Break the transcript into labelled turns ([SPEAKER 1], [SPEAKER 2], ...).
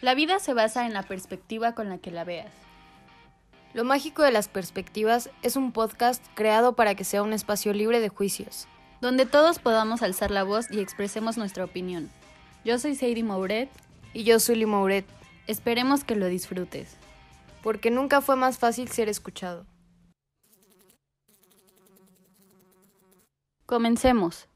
[SPEAKER 1] La vida se basa en la perspectiva con la que la veas.
[SPEAKER 2] Lo mágico de las perspectivas es un podcast creado para que sea un espacio libre de juicios.
[SPEAKER 1] donde todos podamos alzar la voz y expresemos nuestra opinión. Yo soy Sadie Mouret,
[SPEAKER 2] Y yo soy Limouret,
[SPEAKER 1] esperemos que lo disfrutes.
[SPEAKER 2] porque nunca fue más fácil ser escuchado.
[SPEAKER 1] Comencemos.